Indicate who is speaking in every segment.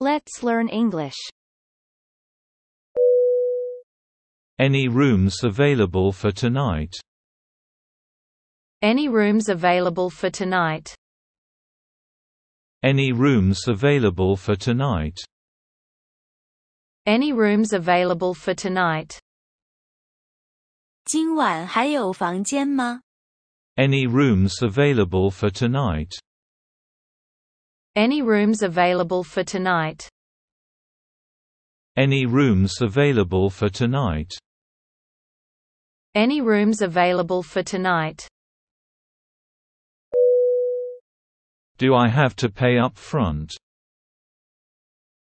Speaker 1: Let's learn English.
Speaker 2: Any rooms available for tonight?
Speaker 1: Any rooms available for tonight?
Speaker 2: Any rooms available for tonight?
Speaker 1: Any rooms available for tonight?
Speaker 3: 今晚还有房间吗？
Speaker 2: Any rooms available for tonight?
Speaker 1: Any rooms available for tonight?
Speaker 2: Any rooms available for tonight?
Speaker 1: Any rooms available for tonight?
Speaker 2: Do I have to pay up front?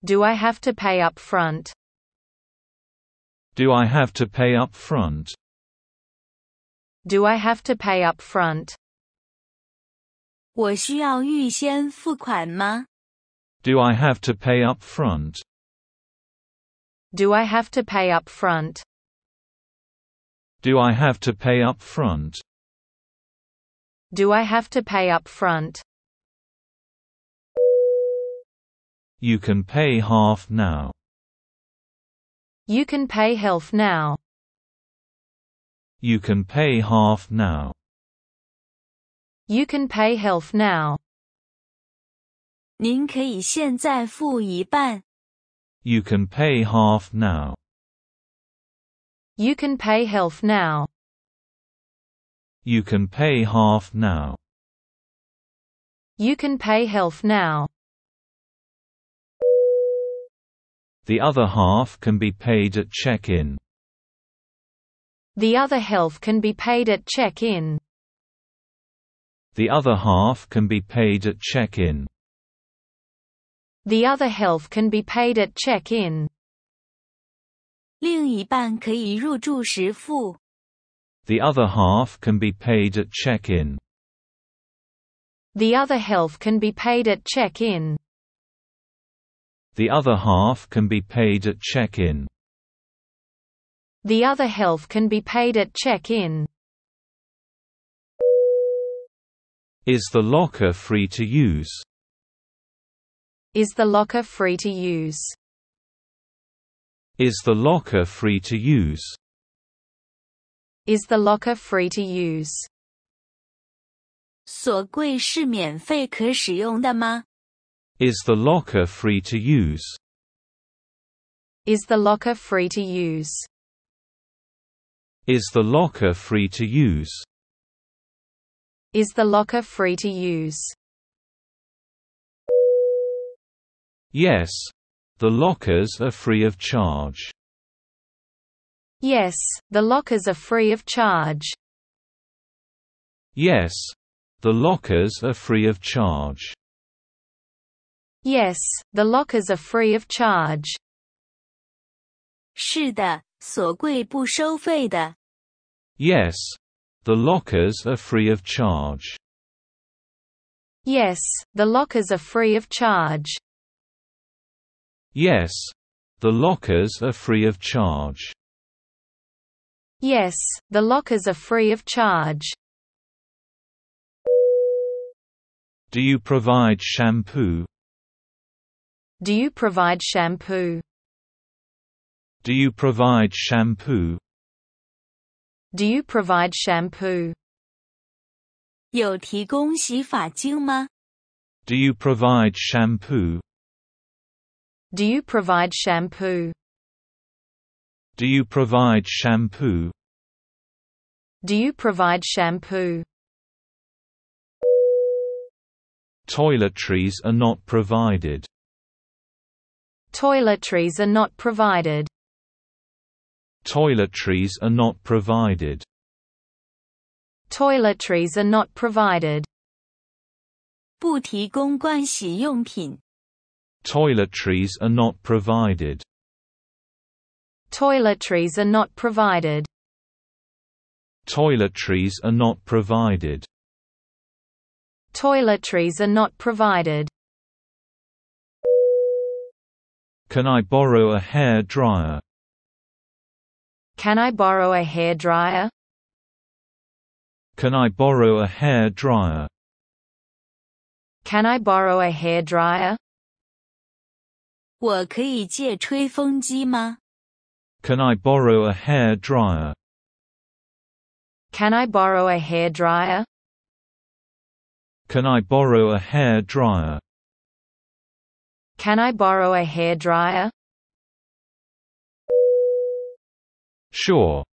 Speaker 1: Do I have to pay up front?
Speaker 2: Do I have to pay up front?
Speaker 1: Do I have to pay up front?
Speaker 3: 我需要预先付款吗？
Speaker 2: Do I have to pay up front?
Speaker 1: Do I have to pay up front?
Speaker 2: Do I have to pay up front?
Speaker 1: Do I have to pay up front?
Speaker 2: You can pay half now.
Speaker 1: You can pay health now.
Speaker 2: You can pay half now.
Speaker 1: You can pay health now.
Speaker 3: 您可以现在付一半。
Speaker 2: You can pay half now.
Speaker 1: You can pay health now.
Speaker 2: You can pay half now.
Speaker 1: You can pay health now.
Speaker 2: The other half can be paid at check-in.
Speaker 1: The other health can be paid at check-in.
Speaker 2: The other half can be paid at check-in.
Speaker 1: The other health can be paid at check-in.
Speaker 3: 另一半可以入住时付。
Speaker 2: The other half can be paid at check-in.
Speaker 1: The other health can be paid at check-in.
Speaker 2: The other half can be paid at check-in.
Speaker 1: The other health can be paid at check-in.
Speaker 2: Is the locker free to use?
Speaker 1: Is the locker free to use?
Speaker 2: Is the locker free to use?
Speaker 1: Is the locker free to use?
Speaker 3: 锁柜是免费可使用的吗？
Speaker 2: Is the locker free to use?
Speaker 1: Is the locker free to use?
Speaker 2: Is the locker free to use?
Speaker 1: Is the locker free to use?
Speaker 2: Yes. The lockers are free of charge.
Speaker 1: Yes, the lockers are free of charge.
Speaker 2: Yes. The lockers are free of charge.
Speaker 1: Yes, the lockers are free of charge.
Speaker 3: 是的，锁柜不收费的。
Speaker 2: Yes. The lockers are free of charge.
Speaker 1: Yes, the lockers are free of charge.
Speaker 2: Yes. The lockers are free of charge.
Speaker 1: Yes, the lockers are free of charge.
Speaker 2: Do you provide shampoo?
Speaker 1: Do you provide shampoo?
Speaker 2: Do you provide shampoo?
Speaker 1: Do you provide shampoo?
Speaker 3: 有提供洗发精吗？
Speaker 2: Do you provide shampoo?
Speaker 1: Do you provide shampoo?
Speaker 2: Do you provide shampoo?
Speaker 1: Do you provide shampoo?
Speaker 2: Toiletries are not provided.
Speaker 1: Toiletries are not provided.
Speaker 2: Toiletries are not provided.
Speaker 1: Toiletries are not provided.
Speaker 3: 不提供盥洗用品。
Speaker 2: Toiletries are not provided.
Speaker 1: Toiletries are not provided.
Speaker 2: Toiletries are not provided.
Speaker 1: Toiletries are not provided.
Speaker 2: Can I borrow a hair dryer?
Speaker 1: Can I borrow a hairdryer?
Speaker 2: Can I borrow a hair dryer?
Speaker 1: Can I borrow a hairdryer?
Speaker 3: 我可以借吹风机吗？
Speaker 2: Can I borrow a hair dryer?
Speaker 1: Can I borrow a hairdryer?
Speaker 2: Can I borrow a hair dryer?
Speaker 1: Can I borrow a hairdryer?
Speaker 2: Sure.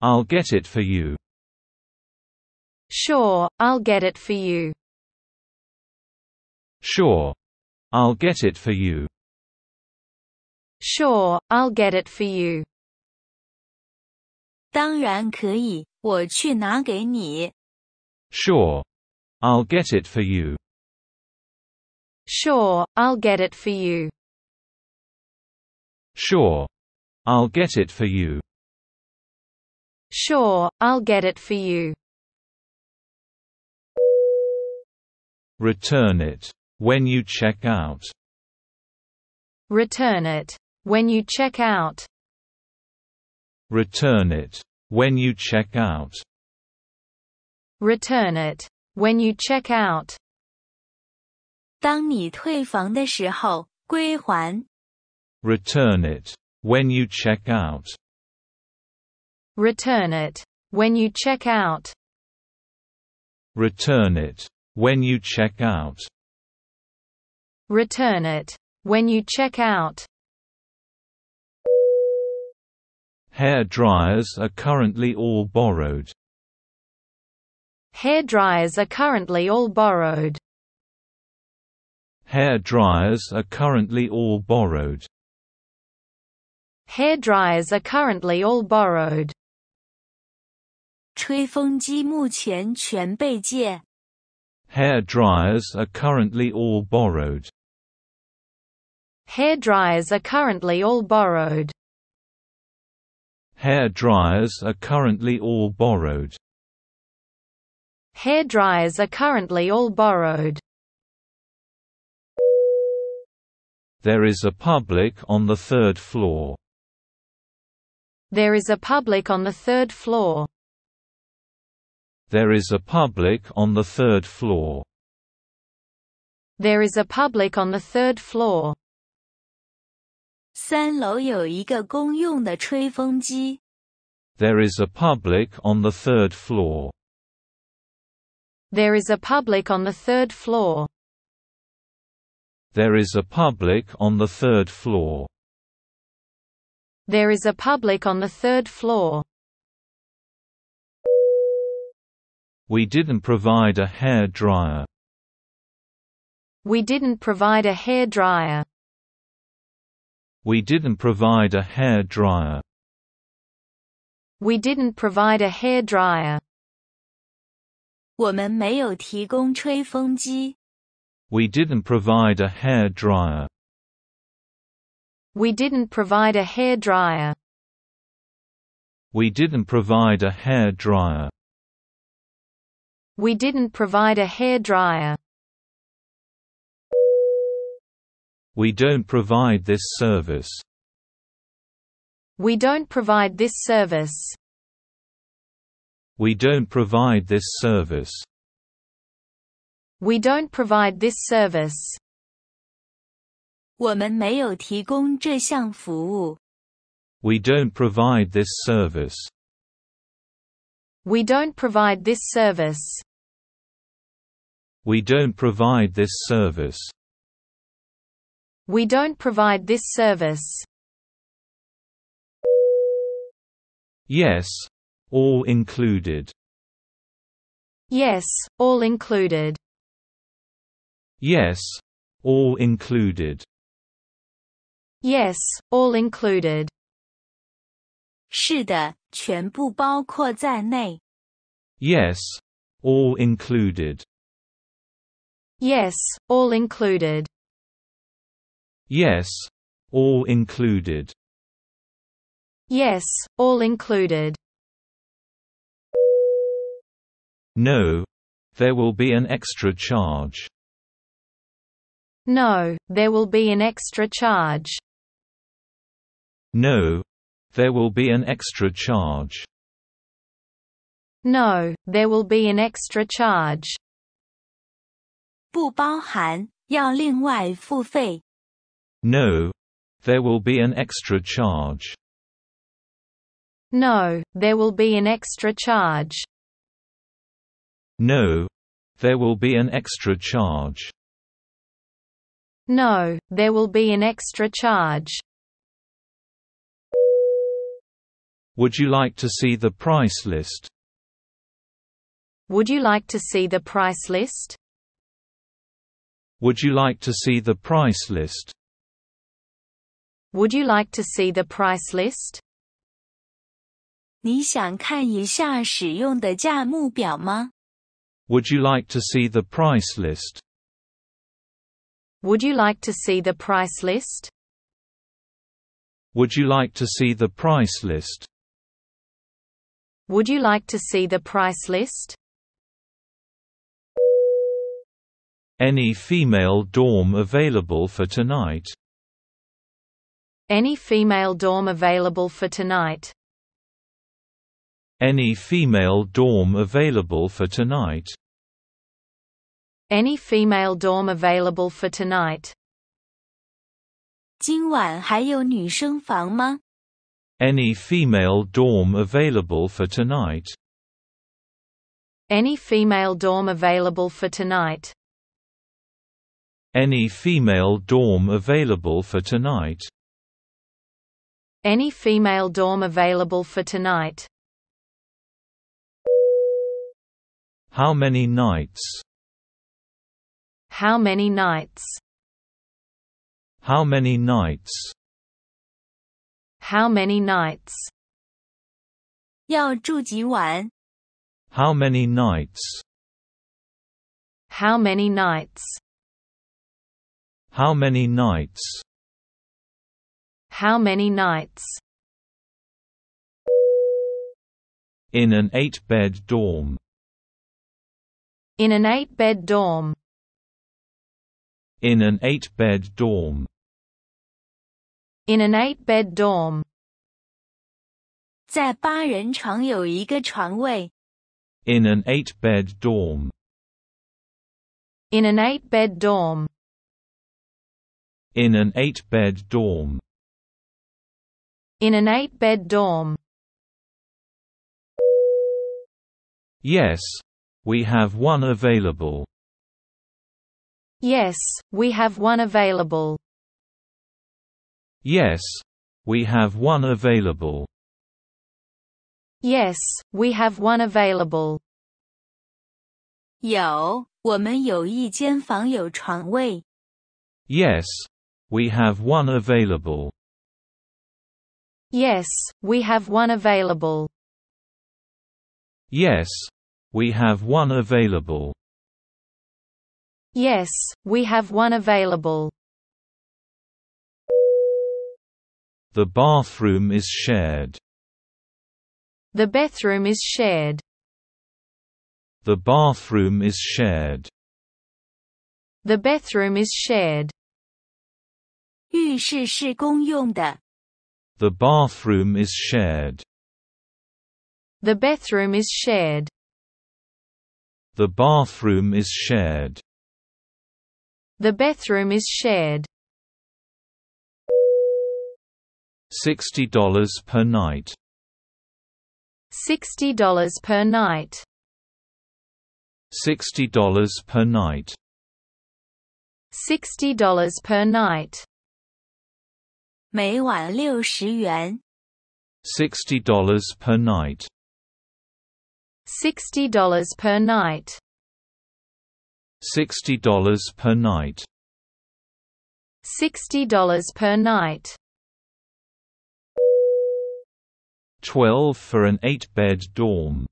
Speaker 2: I'll get it for you.
Speaker 1: Sure, I'll get it for you.
Speaker 2: Sure. I'll get it for you.
Speaker 1: Sure, I'll get it for you.
Speaker 3: 当然可以，我去拿给你。
Speaker 2: Sure. I'll get it for you.
Speaker 1: Sure, I'll get it for you.
Speaker 2: Sure. I'll get it for you.
Speaker 1: Sure, I'll get it for you.
Speaker 2: Return it. When you check out.
Speaker 1: Return it. When you check out.
Speaker 2: Return it. When you check out.
Speaker 1: Return it. When you check out.
Speaker 3: 当你退房的时候归还。
Speaker 2: Return it. When you check out.
Speaker 1: Return it. When you check out.
Speaker 2: Return it. When you check out.
Speaker 1: Return it. When you check out.
Speaker 2: Hair dryers are currently all borrowed.
Speaker 1: Hairdryers are currently all borrowed.
Speaker 2: Hair dryers are currently all borrowed.
Speaker 1: Hairdryers are currently all borrowed.
Speaker 3: 吹风机目前全被借。
Speaker 2: Hair dryers are currently all borrowed.
Speaker 1: Hairdryers are currently all borrowed.
Speaker 2: Hair dryers are currently all borrowed.
Speaker 1: Hairdryers are currently all borrowed.
Speaker 2: There is a public on the third floor.
Speaker 1: There is a public on the third floor.
Speaker 2: There is a public on the third floor.
Speaker 1: There is a public on the third floor.
Speaker 3: 三楼有一个公用的吹风机。
Speaker 2: There is a public on the third floor.
Speaker 1: There is a public on the third floor.
Speaker 2: There is a public on the third floor.
Speaker 1: There is a public on the third floor.
Speaker 2: We didn't provide a hair dryer.
Speaker 1: We didn't provide a hairdryer.
Speaker 2: We didn't provide a hair dryer.
Speaker 1: We didn't provide a hairdryer.
Speaker 3: 我们没有提供吹风机。
Speaker 2: We didn't provide a hair dryer.
Speaker 1: We didn't provide a hairdryer.
Speaker 2: We didn't provide a hair dryer.
Speaker 1: We didn't provide a hairdryer.
Speaker 2: We don't provide this service.
Speaker 1: We don't provide this service.
Speaker 2: We don't provide this service.
Speaker 1: We don't provide this service.
Speaker 3: 我们没有提供这项服务。
Speaker 2: We don't provide this service.
Speaker 1: We don't provide this service.
Speaker 2: We don't provide this service.
Speaker 1: We don't provide this service.
Speaker 2: Yes. All included.
Speaker 1: Yes, all included.
Speaker 2: Yes. All included.
Speaker 1: Yes, all included.
Speaker 3: 是的，全部包括在内。
Speaker 2: Yes. All included.
Speaker 1: Yes, all included.
Speaker 2: Yes. All included.
Speaker 1: Yes, all included.
Speaker 2: No. There will be an extra charge.
Speaker 1: No, there will be an extra charge.
Speaker 2: No. There will be an extra charge.
Speaker 1: No, there will be an extra charge.
Speaker 3: 不包含，要另外付费。
Speaker 2: No. There will be an extra charge.
Speaker 1: No, there will be an extra charge.
Speaker 2: No. There will be an extra charge.
Speaker 1: No, there will be an extra charge.
Speaker 2: Would you like to see the price list?
Speaker 1: Would you like to see the price list?
Speaker 2: Would you like to see the price list?
Speaker 1: Would you like to see the price list?
Speaker 3: 你想看一下使用的价目表吗？
Speaker 2: Would you like to see the price list?
Speaker 1: Would you like to see the price list?
Speaker 2: Would you like to see the price list?
Speaker 1: Would you like to see the price list?
Speaker 2: Any female dorm available for tonight?
Speaker 1: Any female dorm available for tonight?
Speaker 2: Any female dorm available for tonight?
Speaker 1: Any female dorm available for tonight?
Speaker 3: 今晚还有女生房吗？
Speaker 2: Any female dorm available for tonight?
Speaker 1: Any female dorm available for tonight?
Speaker 2: Any female dorm available for tonight?
Speaker 1: Any female dorm available for tonight?
Speaker 2: How many nights?
Speaker 1: How many nights?
Speaker 2: How many nights?
Speaker 1: How many nights?
Speaker 3: 要住几晚？
Speaker 2: How many nights?
Speaker 1: How many nights?
Speaker 2: How many nights?
Speaker 1: How many nights?
Speaker 2: In an eight bed dorm.
Speaker 1: In an eight bed dorm.
Speaker 2: In an eight bed dorm.
Speaker 1: In an eight bed dorm.
Speaker 3: 在八人床有一个床位。
Speaker 2: In an eight bed dorm.
Speaker 1: In an eight bed dorm.
Speaker 2: In an eight bed dorm.
Speaker 1: In an eight bed dorm.
Speaker 2: Yes. We have one available.
Speaker 1: Yes, we have one available.
Speaker 2: Yes. We have one available.
Speaker 1: Yes, we have one available.
Speaker 3: 有，我们有一间房有床位。
Speaker 2: Yes. We have one available.
Speaker 1: Yes, we have one available.
Speaker 2: Yes. We have one available.
Speaker 1: Yes, we have one available.
Speaker 2: The bathroom is shared.
Speaker 1: The bathroom is shared.
Speaker 2: The bathroom is shared.
Speaker 1: The bathroom is shared.
Speaker 3: 浴室是公用的，
Speaker 2: The bathroom is shared.
Speaker 1: The bathroom is shared.
Speaker 2: The bathroom is shared.
Speaker 1: The bathroom is shared.
Speaker 2: $60 per night.
Speaker 1: $60 per night.
Speaker 2: $60 per night.
Speaker 1: $60 per night.
Speaker 3: 每晚六十元。
Speaker 2: $60 per night.
Speaker 1: $60 per night.
Speaker 2: $60 per night.
Speaker 1: $60 per night.
Speaker 2: 12 for an 8 bed dorm.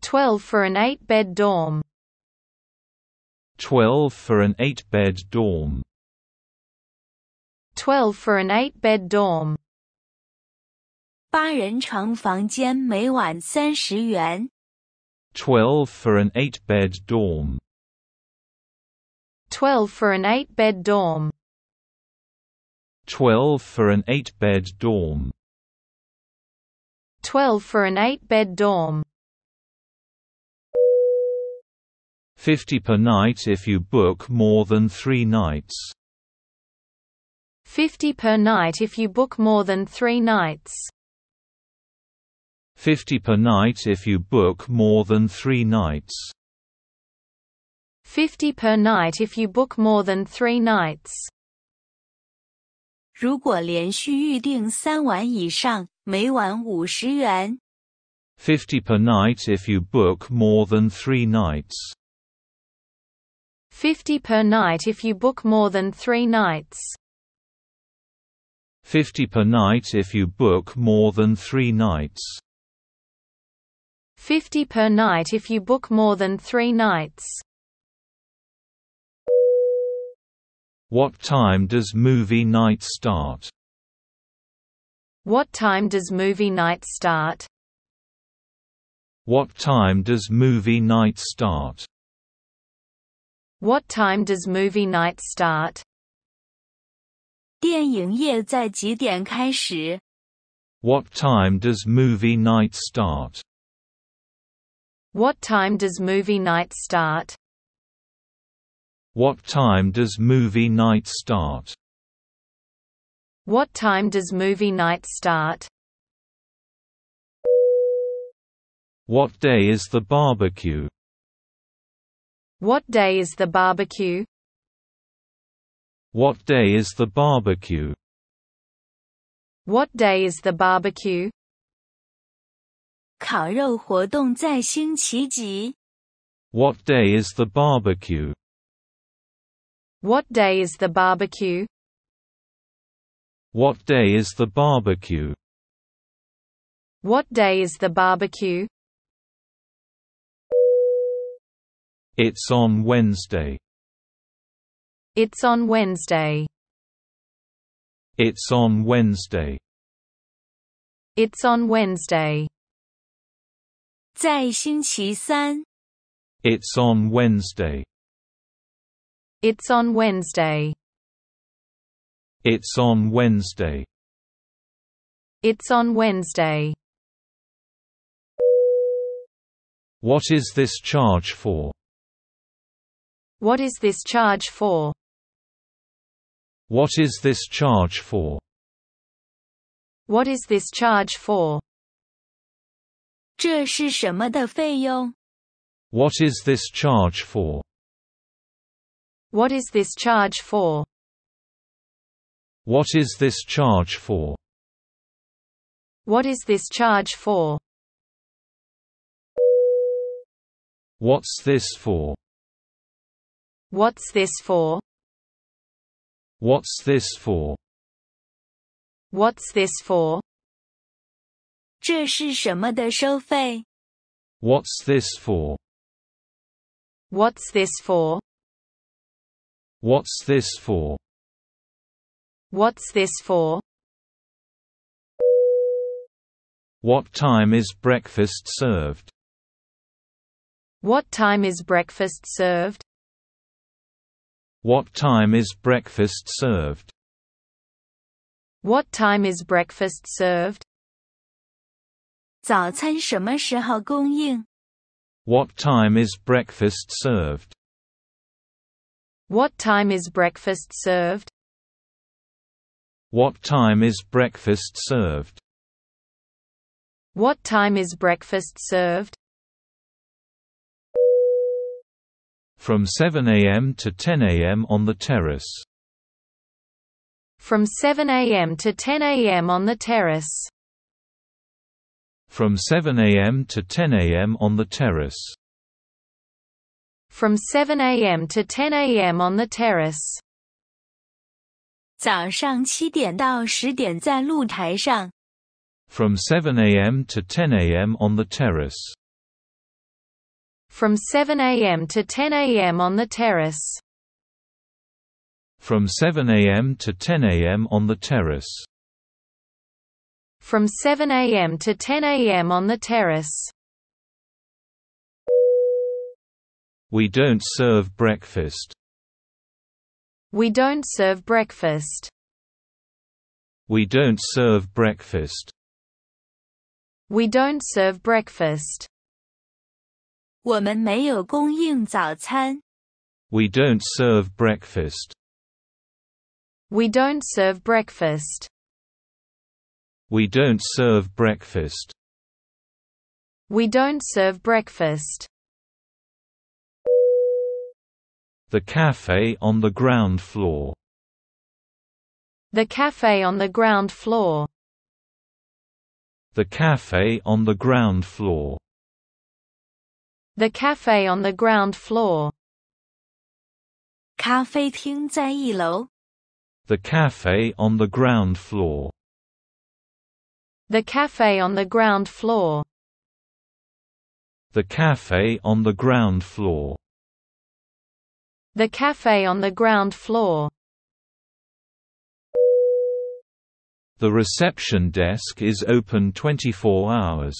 Speaker 1: 12 for an 8 bed dorm.
Speaker 2: 12 for an 8 bed dorm.
Speaker 1: 12 for an 8 bed dorm.
Speaker 3: 八人床房间每晚三十元。
Speaker 2: 12 for an 8 bed dorm.
Speaker 1: 12 for an 8 bed dorm.
Speaker 2: 12 for an 8 bed dorm.
Speaker 1: 12 for an 8 bed dorm.
Speaker 2: 50 per night if you book more than 3 nights.
Speaker 1: 50 per night if you book more than three nights.
Speaker 2: 50 per night if you book more than three nights.
Speaker 1: 50 per night if you book more than three nights.
Speaker 3: 如果连续预订三晚以上，每晚五十元。
Speaker 2: 50 per night if you book more than three nights.
Speaker 1: 50 per night if you book more than three nights.
Speaker 2: 50 per night if you book more than three nights.
Speaker 1: 50 per night if you book more than three nights.
Speaker 2: What time does movie night start?
Speaker 1: What time does movie night start?
Speaker 2: What time does movie night start?
Speaker 1: What time does movie night start?
Speaker 3: 电影业在几点开始？
Speaker 2: What time does movie night start?
Speaker 1: What time does movie night start?
Speaker 2: What time does movie night start?
Speaker 1: What time does movie night start?
Speaker 2: What day is the barbecue?
Speaker 1: What day is the barbecue?
Speaker 2: What day is the barbecue?
Speaker 1: What day is the barbecue?
Speaker 3: 烤肉活动在星期几？
Speaker 2: What day is the barbecue?
Speaker 1: What day is the barbecue?
Speaker 2: What day is the barbecue?
Speaker 1: What day is the barbecue?
Speaker 2: It's on Wednesday.
Speaker 1: It's on Wednesday.
Speaker 2: It's on Wednesday.
Speaker 1: It's on Wednesday.
Speaker 3: 在星期三。
Speaker 2: It's on Wednesday.
Speaker 1: It's on Wednesday.
Speaker 2: It's on Wednesday.
Speaker 1: It's on Wednesday.
Speaker 2: What is this charge for?
Speaker 1: What is this charge for?
Speaker 2: What is this charge for?
Speaker 1: What is this charge for?
Speaker 3: 这是什么的费用？
Speaker 2: What is this charge for?
Speaker 1: What is this charge for?
Speaker 2: What is this charge for?
Speaker 1: What is this charge for?
Speaker 2: What's this for?
Speaker 1: What's this for?
Speaker 2: What's this for?
Speaker 1: What's this for?
Speaker 3: 这是什么的收费？
Speaker 2: What's this for?
Speaker 1: What's this for?
Speaker 2: What's this for?
Speaker 1: What's this for?
Speaker 2: What time is breakfast served?
Speaker 1: What time is breakfast served?
Speaker 2: What time is breakfast served?
Speaker 1: What time is breakfast served?
Speaker 3: 早餐什么时候供应？
Speaker 2: What time is breakfast served?
Speaker 1: What time is breakfast served?
Speaker 2: What time is breakfast served?
Speaker 1: What time is breakfast served?
Speaker 2: From 7 a.m. to 10 a.m. on the terrace.
Speaker 1: From 7 a.m. to 10 a.m. on the terrace.
Speaker 2: From 7 a.m. to 10 a.m. on the terrace.
Speaker 1: From 7 a.m. to 10 a.m. on the terrace.
Speaker 3: 早上七点到十点在露台上。
Speaker 2: From 7 a.m. to 10 a.m. on the terrace.
Speaker 1: From 7 a.m. to 10 a.m. on the terrace.
Speaker 2: From 7 a.m. to 10 a.m. on the terrace.
Speaker 1: From 7 a.m. to 10 a.m. on the terrace.
Speaker 2: We don't serve breakfast.
Speaker 1: We don't serve breakfast.
Speaker 2: We don't serve breakfast.
Speaker 1: We don't serve breakfast.
Speaker 3: 我们没有供应早餐。
Speaker 2: We don't serve breakfast.
Speaker 1: We don't serve breakfast.
Speaker 2: We don't serve breakfast.
Speaker 1: We don't serve breakfast.
Speaker 2: The cafe on the ground floor.
Speaker 1: The cafe on the ground floor.
Speaker 2: The cafe on the ground floor.
Speaker 1: The cafe on the ground floor.
Speaker 3: 咖啡厅在一楼。
Speaker 2: The cafe on the ground floor.
Speaker 1: The cafe on the ground floor.
Speaker 2: The cafe on the ground floor.
Speaker 1: The cafe on the ground floor.
Speaker 2: The reception desk is open 24 hours.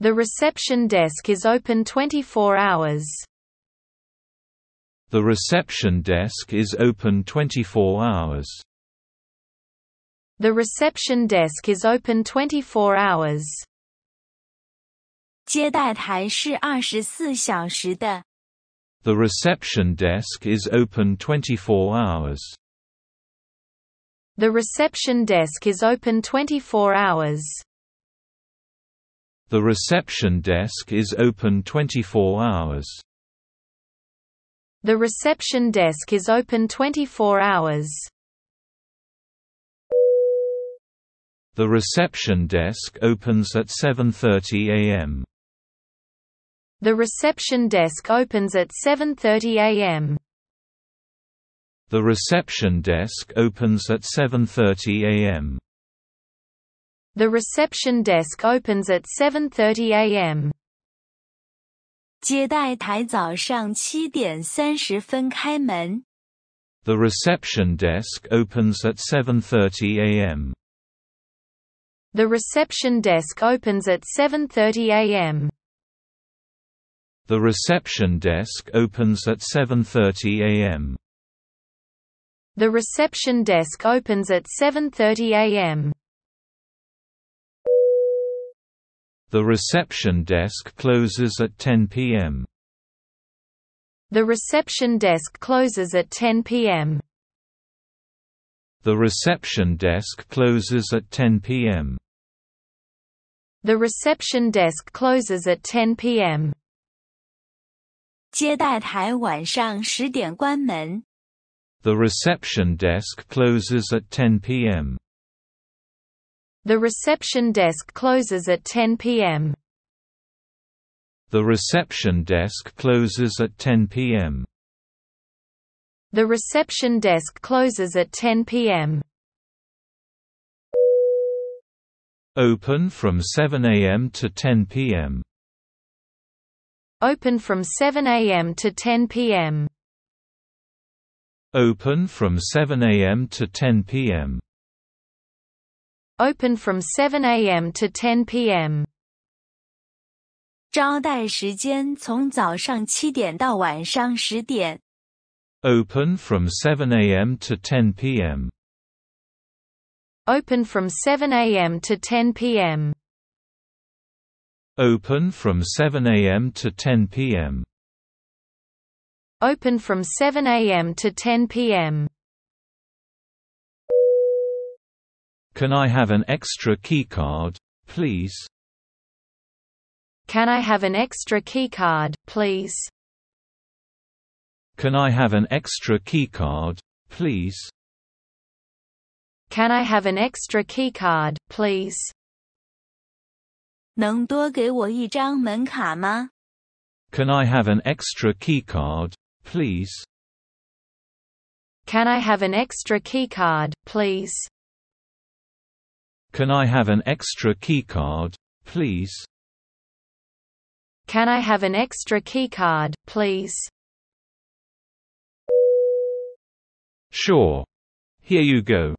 Speaker 1: The reception desk is open 24 hours.
Speaker 2: The reception desk is open 24 hours.
Speaker 1: The reception desk is open 24 hours.
Speaker 3: 接待台是二十四小时的。
Speaker 2: The reception desk is open 24 hours.
Speaker 1: The reception desk is open 24 hours.
Speaker 2: The reception desk is open 24 hours.
Speaker 1: The reception desk is open 24 hours.
Speaker 2: The reception desk opens at 7:30 a.m.
Speaker 1: The reception desk opens at 7:30 a.m.
Speaker 2: The reception desk opens at 7:30 a.m.
Speaker 1: The reception desk opens at 7:30 a.m.
Speaker 3: 接待台早上七点三十分开门。
Speaker 2: The reception desk opens at 7:30 a.m.
Speaker 1: The reception desk opens at 7:30 a.m.
Speaker 2: The reception desk opens at 7:30 a.m.
Speaker 1: The reception desk opens at 7:30 a.m.
Speaker 2: The reception desk closes at 10 p.m.
Speaker 1: The reception desk closes at 10 p.m.
Speaker 2: The reception desk closes at 10 p.m.
Speaker 1: The reception desk closes at 10 p.m.
Speaker 3: 接待台晚上十点关门。
Speaker 2: The reception desk closes at 10 p.m.
Speaker 1: The reception desk closes at 10 p.m.
Speaker 2: The reception desk closes at 10 p.m.
Speaker 1: The reception desk closes at 10 p.m.
Speaker 2: Open from 7 a.m. to 10 p.m.
Speaker 1: Open from 7 a.m. to 10 p.m.
Speaker 2: Open from 7 a.m. to 10 p.m.
Speaker 1: Open from 7 a.m. to 10 p.m.
Speaker 3: 招待时间从早上七点到晚上十点。
Speaker 2: Open from 7 a.m. to 10 p.m.
Speaker 1: Open from 7 a.m. to 10 p.m.
Speaker 2: Open from 7 a.m. to 10 p.m.
Speaker 1: Open from 7 a.m. to 10 p.m.
Speaker 2: Can I have an extra keycard, please?
Speaker 1: Can I have an extra keycard, please?
Speaker 2: Can I have an extra keycard, please?
Speaker 1: Can I have an extra keycard, please?
Speaker 3: 能多给我一张门卡吗？
Speaker 2: Can I have an extra keycard, please?
Speaker 1: Can I have an extra keycard, please?
Speaker 2: Can I have an extra keycard, please?
Speaker 1: Can I have an extra keycard, please?
Speaker 2: Sure. Here you go.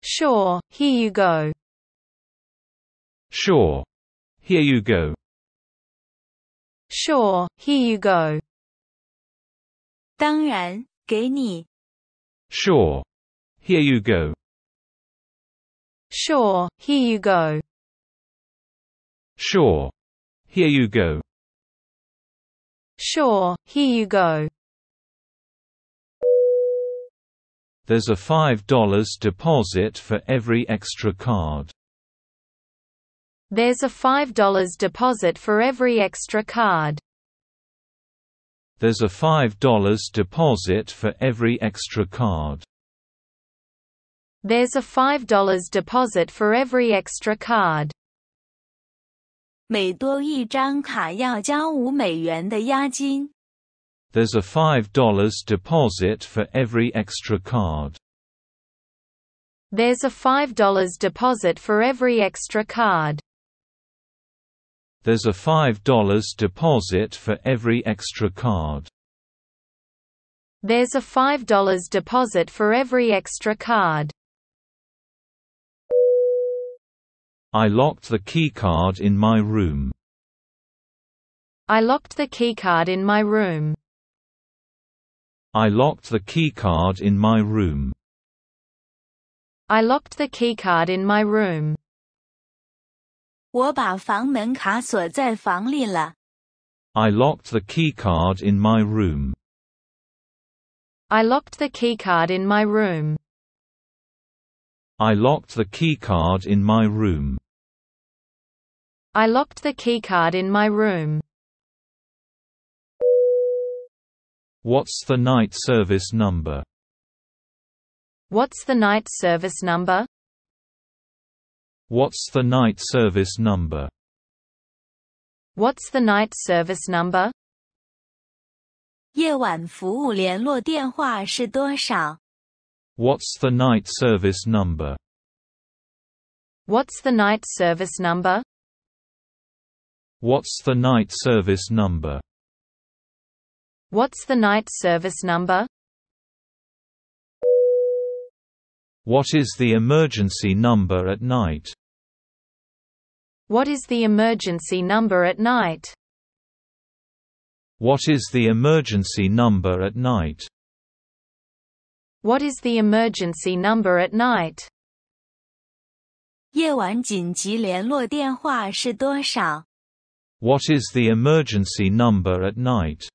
Speaker 1: Sure, here you go.
Speaker 2: Sure. Here you go.
Speaker 1: Sure, here you go.
Speaker 3: 当然，给你。
Speaker 2: Sure. Here you go.
Speaker 1: Sure, here you go.
Speaker 2: Sure. Here you go.
Speaker 1: Sure, here you go.
Speaker 2: There's a $5 deposit for every extra card.
Speaker 1: There's a $5 deposit for every extra card.
Speaker 2: There's a $5 deposit for every extra card.
Speaker 1: There's a $5 deposit for every extra card.
Speaker 3: 每多一张卡要交五美元的押金。
Speaker 2: There's a $5 deposit for every extra card.
Speaker 1: There's a $5 deposit for every extra card.
Speaker 2: There's a $5 deposit for every extra card.
Speaker 1: There's a $5 deposit for every extra card.
Speaker 2: I locked the keycard in my room.
Speaker 1: I locked the keycard in my room.
Speaker 2: I locked the keycard in my room.
Speaker 1: I locked the keycard in my room.
Speaker 3: 我把房门卡锁在房里了。
Speaker 2: I locked the keycard in my room.
Speaker 1: I locked the keycard in my room.
Speaker 2: I locked the keycard in my room.
Speaker 1: I locked the keycard in my room.
Speaker 2: What's the night service number?
Speaker 1: What's the night service number?
Speaker 2: What's the night service number?
Speaker 1: What's the night service number?
Speaker 3: 夜晚服务联络电话是多少？
Speaker 2: What's the night service number?
Speaker 1: What's the night service number?
Speaker 2: What's the night service number?
Speaker 1: What's the night service number?
Speaker 2: What is the emergency number at night?
Speaker 1: What is the emergency number at night?
Speaker 2: What is the emergency number at night?
Speaker 1: What is the emergency number at night?
Speaker 3: 夜晚紧急联络电话是多少？
Speaker 2: What is the emergency number at night?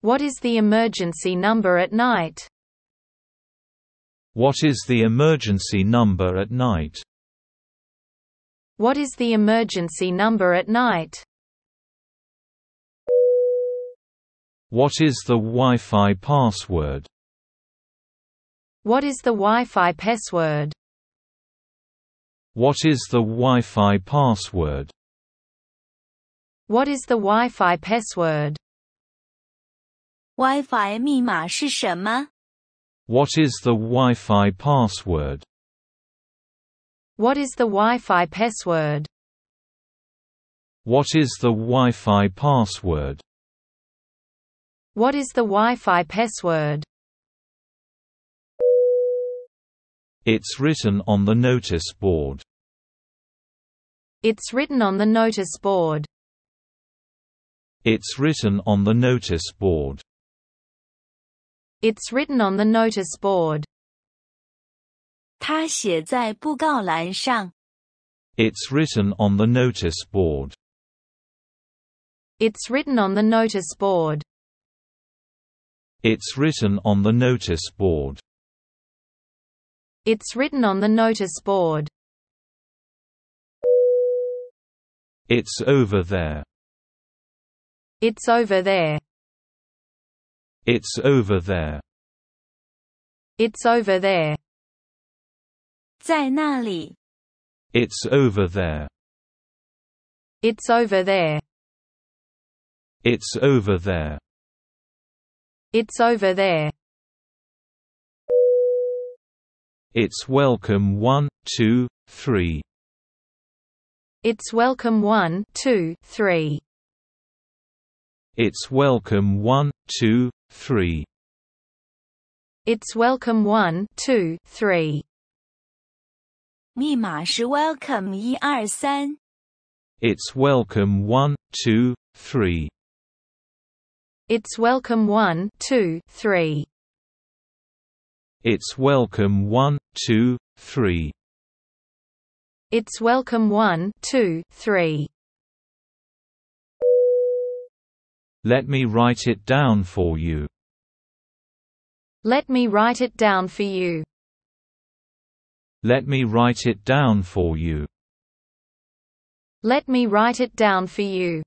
Speaker 1: What is the emergency number at night?
Speaker 2: What is the emergency number at night?
Speaker 1: What is the emergency number at night?
Speaker 2: What is the Wi-Fi password?
Speaker 1: What is the Wi-Fi password?
Speaker 2: What is the Wi-Fi password?
Speaker 1: What is the Wi-Fi password?
Speaker 3: WiFi 密码是什么？
Speaker 2: What is the Wi-Fi password?
Speaker 1: What is the Wi-Fi password?
Speaker 2: What is the Wi-Fi password?
Speaker 1: What is the Wi-Fi password?
Speaker 2: It's written on the notice board.
Speaker 1: It's written on the notice board.
Speaker 2: It's written on the notice board.
Speaker 1: It's written on the notice board.
Speaker 3: 它写在布告栏上。
Speaker 2: It's written on the notice board.
Speaker 1: It's written on the notice board.
Speaker 2: It's written on the notice board.
Speaker 1: It's written on the notice board.
Speaker 2: It's over there.
Speaker 1: It's over there.
Speaker 2: It's over there.
Speaker 1: It's over there.
Speaker 3: 在那里，
Speaker 2: It's over there.
Speaker 1: It's over there.
Speaker 2: It's over there.
Speaker 1: It's over there.
Speaker 2: It's welcome one, two, three.
Speaker 1: It's welcome one, two, three.
Speaker 2: It's welcome one, two, three.
Speaker 1: It's welcome one, two, three.
Speaker 3: 密码是 Welcome 一二三。
Speaker 2: It's welcome one, two, three.
Speaker 1: It's welcome one, two, three.
Speaker 2: It's welcome one, two, three.
Speaker 1: It's welcome one, two, three.
Speaker 2: Let me write it down for you.
Speaker 1: Let me write it down for you.
Speaker 2: Let me write it down for you.
Speaker 1: Let me write it down for you.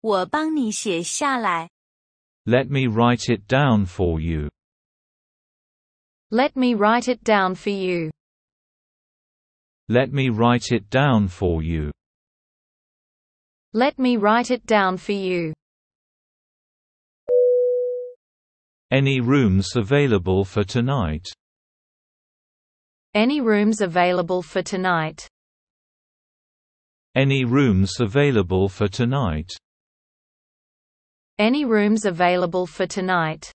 Speaker 3: 我帮你写下来。
Speaker 2: Let me write it down for you.
Speaker 1: Let me write it down for you.
Speaker 2: Let me write it down for you.
Speaker 1: Let me write it down for you.
Speaker 2: Any rooms available for tonight?
Speaker 1: Any rooms available for tonight?
Speaker 2: Any rooms available for tonight?
Speaker 1: Any rooms available for tonight?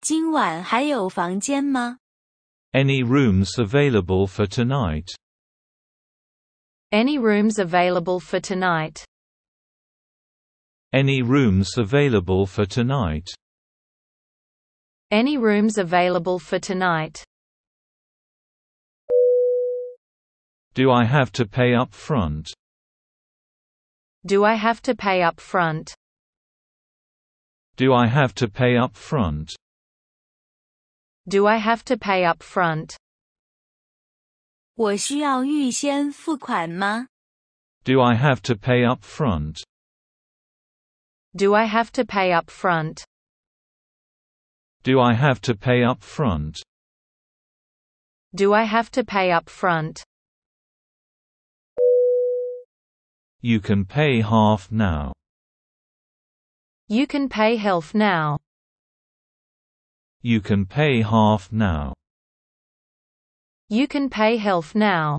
Speaker 3: 今晚还有房间吗？
Speaker 2: Any rooms available for tonight?
Speaker 1: Any rooms available for tonight?
Speaker 2: Any rooms available for tonight?
Speaker 1: Any rooms available for tonight?
Speaker 2: Do I have to pay up front?
Speaker 1: Do I have to pay up front?
Speaker 2: Do I have to pay up front?
Speaker 1: Do I have to pay up front?
Speaker 3: 我需要预先付款吗？
Speaker 2: Do I have to pay up front?
Speaker 1: Do I have to pay up front?
Speaker 2: Do I have to pay up front?
Speaker 1: Do I have to pay up front?
Speaker 2: You can pay half now.
Speaker 1: You can pay health now.
Speaker 2: You can pay half now.
Speaker 1: You can pay health now.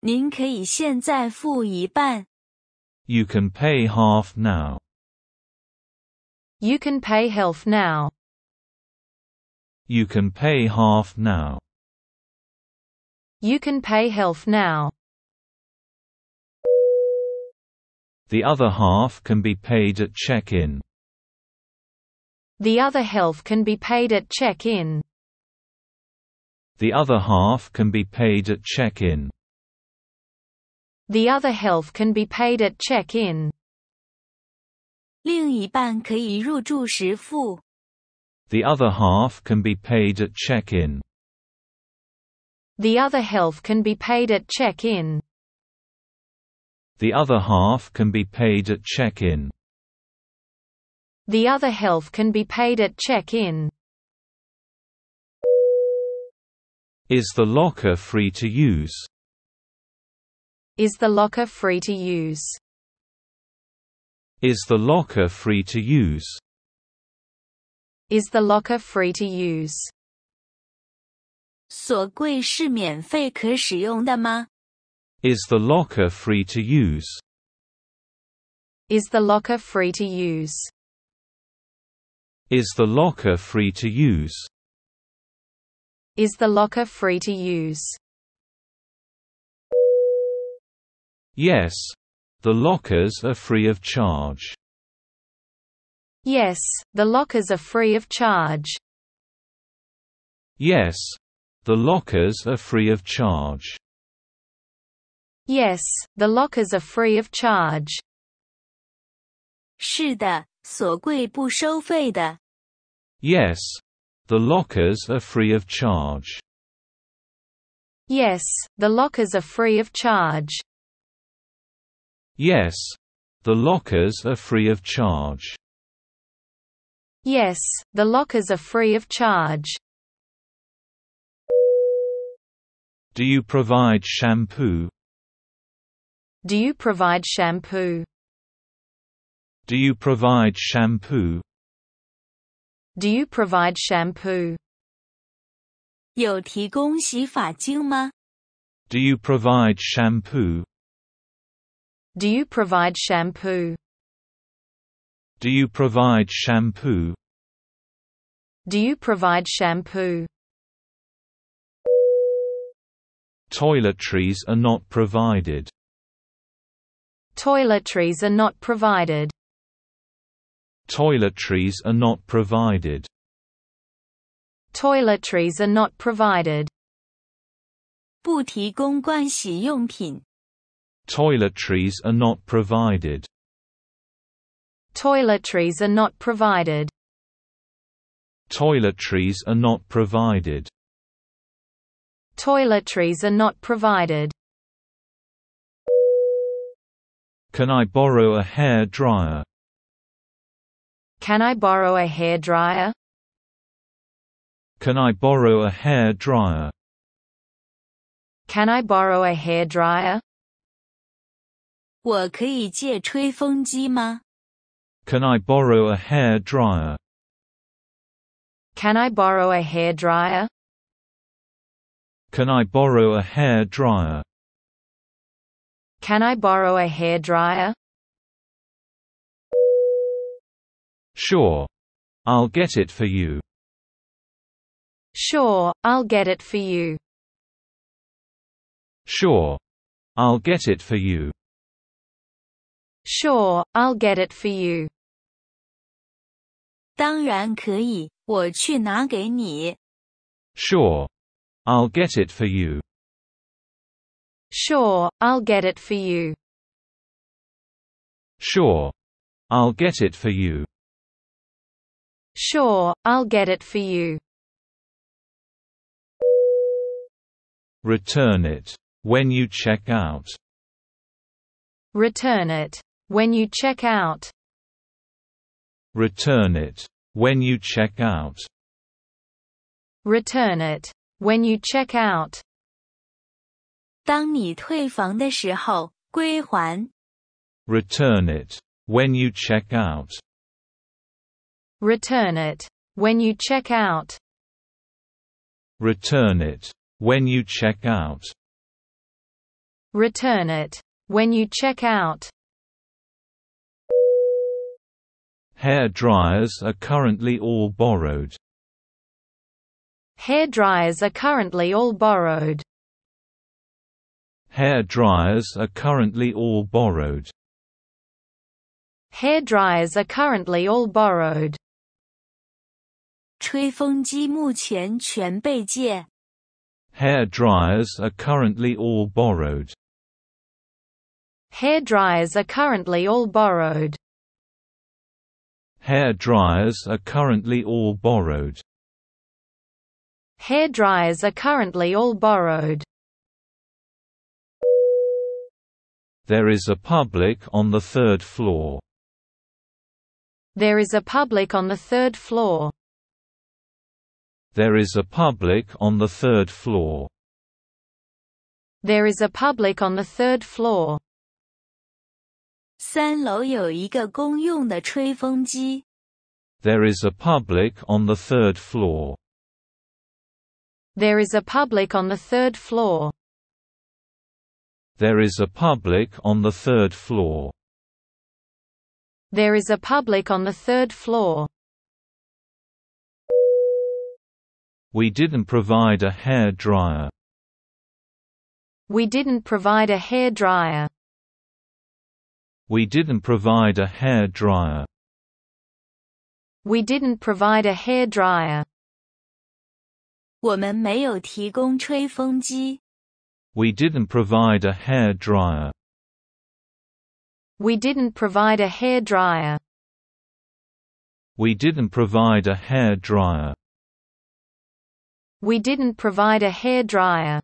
Speaker 3: 您可以现在付一半。
Speaker 2: You can pay half now.
Speaker 1: You can pay health now.
Speaker 2: You can pay half now.
Speaker 1: You can pay health now.
Speaker 2: The other half can be paid at check-in.
Speaker 1: The other health can be paid at check-in.
Speaker 2: The other half can be paid at check-in.
Speaker 1: The other health can be paid at check-in.
Speaker 3: 另一半可以入住时付。
Speaker 2: The other half can be paid at check-in.
Speaker 1: The other health can be paid at check-in.
Speaker 2: The other half can be paid at check-in.
Speaker 1: The other health can be paid at check-in.
Speaker 2: Is the locker free to use?
Speaker 1: Is the locker free to use?
Speaker 2: Is the locker free to use?
Speaker 1: Is the locker free to use?
Speaker 3: 锁柜是免费可使用的吗？
Speaker 2: Is the locker free to use?
Speaker 1: Is the locker free to use?
Speaker 2: Is the locker free to use?
Speaker 1: Is the locker free to use?
Speaker 2: Yes. The lockers are free of charge.
Speaker 1: Yes, the lockers are free of charge.
Speaker 2: Yes. The lockers are free of charge.
Speaker 1: Yes, the lockers are free of charge.
Speaker 3: 是的，锁柜不收费的。
Speaker 2: Yes. The lockers are free of charge.
Speaker 1: Yes, the lockers are free of charge.
Speaker 2: Yes. The lockers are free of charge.
Speaker 1: Yes, the lockers are free of charge.
Speaker 2: Do you provide shampoo?
Speaker 1: Do you provide shampoo?
Speaker 2: Do you provide shampoo?
Speaker 1: Do you provide shampoo?
Speaker 3: 有提供洗发精吗？
Speaker 2: Do you provide shampoo?
Speaker 1: Do you provide shampoo?
Speaker 2: Do you provide shampoo?
Speaker 1: Do you provide shampoo?
Speaker 2: Toiletries are not provided.
Speaker 1: Toiletries are not provided.
Speaker 2: Toiletries are not provided.
Speaker 1: Toiletries are not provided.
Speaker 3: 不提供盥洗用品。
Speaker 2: Toiletries are not provided.
Speaker 1: Toiletries are not provided.
Speaker 2: Toiletries are not provided.
Speaker 1: Toiletries are not provided.
Speaker 2: Can I borrow a hair dryer?
Speaker 1: Can I borrow a hairdryer?
Speaker 2: Can I borrow a hair dryer?
Speaker 1: Can I borrow a hairdryer?
Speaker 3: 我可以借吹风机吗？
Speaker 2: Can I borrow a hair dryer?
Speaker 1: Can I borrow a hairdryer?
Speaker 2: Can I borrow a hair dryer?
Speaker 1: Can I borrow a hairdryer?
Speaker 2: Sure. I'll get it for you.
Speaker 1: Sure, I'll get it for you.
Speaker 2: Sure. I'll get it for you.
Speaker 1: Sure, I'll get it for you.
Speaker 3: 当然可以，我去拿给你。
Speaker 2: Sure. I'll get it for you.
Speaker 1: Sure, I'll get it for you.
Speaker 2: Sure. I'll get it for you.
Speaker 1: Sure, I'll get it for you.
Speaker 2: Return it. When you check out.
Speaker 1: Return it. When you check out,
Speaker 2: Return it. When you check out.
Speaker 1: return it. When you check out,
Speaker 3: 当你退房的时候归还。
Speaker 2: Return it. When you check out.
Speaker 1: return it. When you check out,
Speaker 2: Return it. When you check out.
Speaker 1: return it. When you check out,
Speaker 2: Hair dryers are currently all borrowed.
Speaker 1: hairdryers are currently all borrowed.
Speaker 2: Hair dryers are currently all borrowed.
Speaker 1: Hairdryers are currently all borrowed.
Speaker 3: 吹风机目前全被借。
Speaker 2: Hair dryers are currently all borrowed.
Speaker 1: Hairdryers are currently all borrowed.
Speaker 2: Hair dryers are currently all borrowed.
Speaker 1: Hairdryers are currently all borrowed.
Speaker 2: There is a public on the third floor.
Speaker 1: There is a public on the third floor.
Speaker 2: There is a public on the third floor.
Speaker 1: There is a public on the third floor.
Speaker 3: 三楼有一个公用的吹风机。
Speaker 2: There is a public on the third floor.
Speaker 1: There is a public on the third floor.
Speaker 2: There is a public on the third floor.
Speaker 1: There is a public on the third floor.
Speaker 2: We didn't provide a hair dryer.
Speaker 1: We didn't provide a hairdryer.
Speaker 2: We didn't provide a hair dryer.
Speaker 1: We didn't provide a hairdryer.
Speaker 3: 我们没有提供吹风机。
Speaker 2: We didn't provide a hair dryer.
Speaker 1: We didn't provide a hairdryer.
Speaker 2: We didn't provide a hair dryer.
Speaker 1: We didn't provide a hairdryer.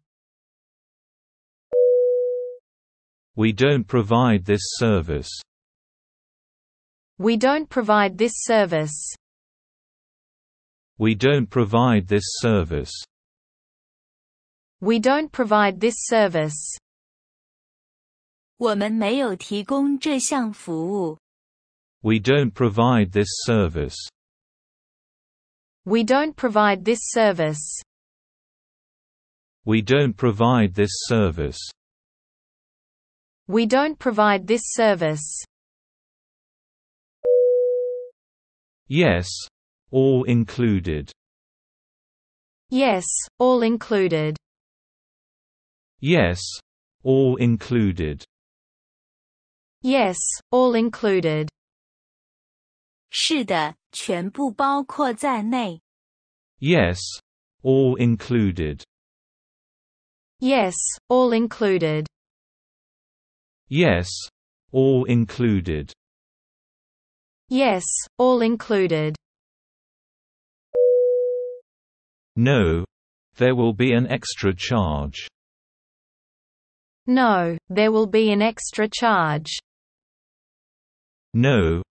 Speaker 2: We don't provide this service.
Speaker 1: We don't provide this service.
Speaker 2: We don't provide this service.
Speaker 1: We don't provide this service.
Speaker 3: 我们没有提供这项服务。
Speaker 2: We don't provide this service.
Speaker 1: We don't provide this service.
Speaker 2: We don't provide this service.
Speaker 1: We don't provide this service.
Speaker 2: Yes. All included.
Speaker 1: Yes, all included.
Speaker 2: Yes. All included.
Speaker 1: Yes, all included.
Speaker 3: 是的，全部包括在内。
Speaker 2: Yes. All included.
Speaker 1: Yes, all included.
Speaker 2: Yes. All included.
Speaker 1: Yes, all included.
Speaker 2: No. There will be an extra charge.
Speaker 1: No, there will be an extra charge.
Speaker 2: No.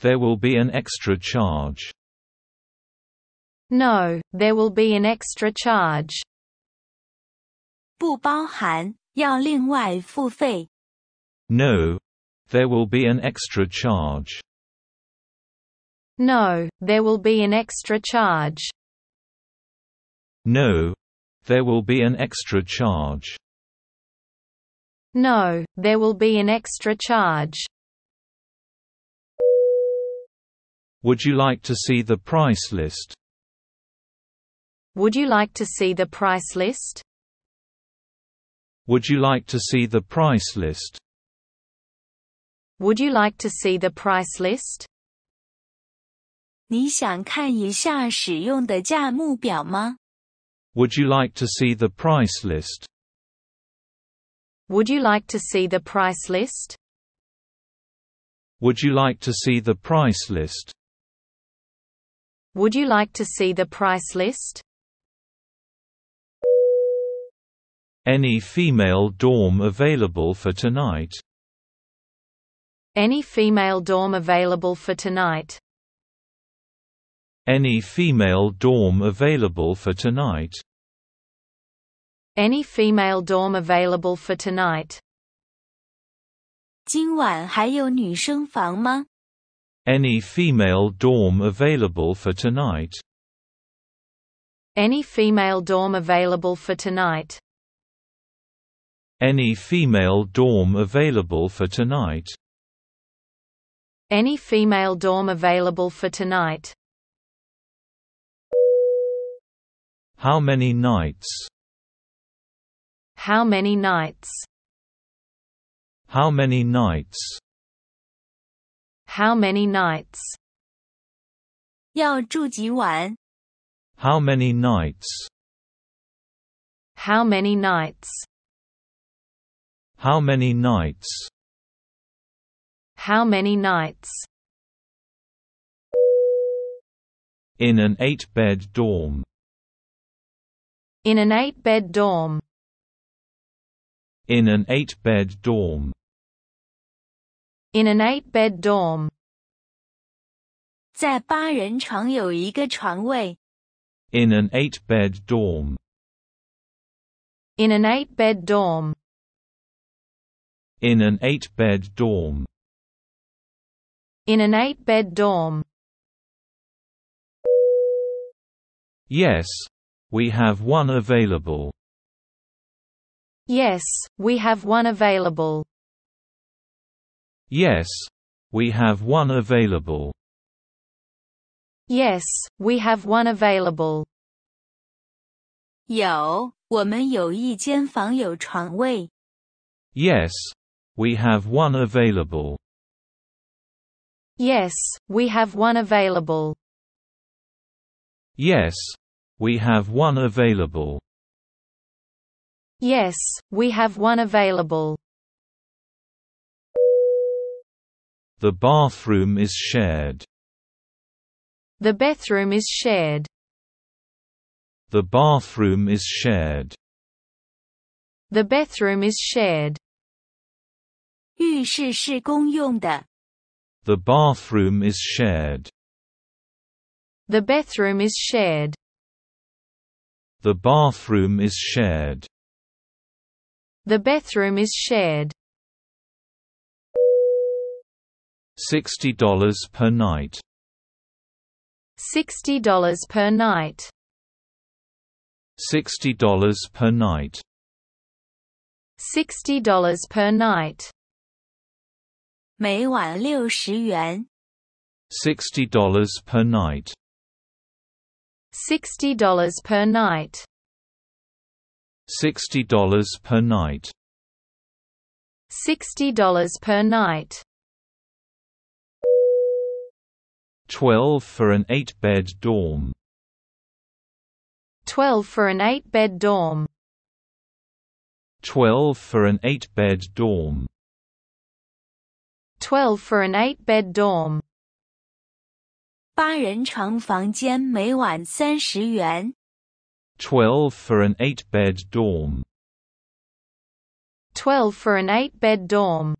Speaker 2: There will be an extra charge.
Speaker 1: No, there will be an extra charge.
Speaker 3: 不包含，要另外付费。
Speaker 2: No. There will be an extra charge.
Speaker 1: No, there will be an extra charge.
Speaker 2: No. There will be an extra charge.
Speaker 1: No, there will be an extra charge.
Speaker 2: Would you like to see the price list?
Speaker 1: Would you like to see the price list?
Speaker 2: Would you like to see the price list?
Speaker 1: Would you like to see the price list?
Speaker 3: 你想看一下使用的价目表吗？
Speaker 2: Would you like to see the price list?
Speaker 1: Would you like to see the price list?
Speaker 2: Would you like to see the price list?
Speaker 1: Would you like to see the price list?
Speaker 2: Any female dorm available for tonight?
Speaker 1: Any female dorm available for tonight?
Speaker 2: Any female dorm available for tonight?
Speaker 1: Any female dorm available for tonight?
Speaker 3: 今晚还有女生房吗？
Speaker 2: Any female dorm available for tonight?
Speaker 1: Any female dorm available for tonight?
Speaker 2: Any female dorm available for tonight?
Speaker 1: Any female dorm available for tonight?
Speaker 2: How many nights?
Speaker 1: How many nights?
Speaker 2: How many nights?
Speaker 1: How many nights?
Speaker 3: 要住几晚？
Speaker 2: How many nights?
Speaker 1: How many nights?
Speaker 2: How many nights?
Speaker 1: How many nights?
Speaker 2: In an eight bed dorm.
Speaker 1: In an eight bed dorm.
Speaker 2: In an eight bed dorm.
Speaker 1: In an eight bed dorm.
Speaker 3: 在八人床有一个床位。
Speaker 2: In an eight bed dorm.
Speaker 1: In an eight bed dorm.
Speaker 2: In an eight bed dorm.
Speaker 1: In an eight bed dorm.
Speaker 2: Yes. We have one available.
Speaker 1: Yes, we have one available.
Speaker 2: Yes. We have one available.
Speaker 1: Yes, we have one available.
Speaker 3: 有，我们有一间房有床位。
Speaker 2: Yes. We have one available.
Speaker 1: Yes, we have one available.
Speaker 2: Yes. We have one available.
Speaker 1: Yes, we have one available.
Speaker 2: The bathroom is shared.
Speaker 1: The bathroom is shared.
Speaker 2: The bathroom is shared.
Speaker 1: The bathroom is shared.
Speaker 3: 浴室是公用的。
Speaker 2: The bathroom is shared.
Speaker 1: The bathroom is shared.
Speaker 2: The bathroom is shared.
Speaker 1: The bathroom is shared.
Speaker 2: $60 per night.
Speaker 1: $60 per night.
Speaker 2: $60 per night.
Speaker 1: $60 per night.
Speaker 3: 每晚六十元。
Speaker 2: $60 per night.
Speaker 1: $60 per night.
Speaker 2: $60 per night.
Speaker 1: $60 per night.
Speaker 2: 12 for an 8 bed dorm.
Speaker 1: 12 for an 8 bed dorm.
Speaker 2: 12 for an 8 bed dorm.
Speaker 1: 12 for an 8 bed dorm.
Speaker 3: 八人床房间每晚三十元，
Speaker 2: 12 for an 8-bed dorm,
Speaker 1: 12 for an 8-bed dorm,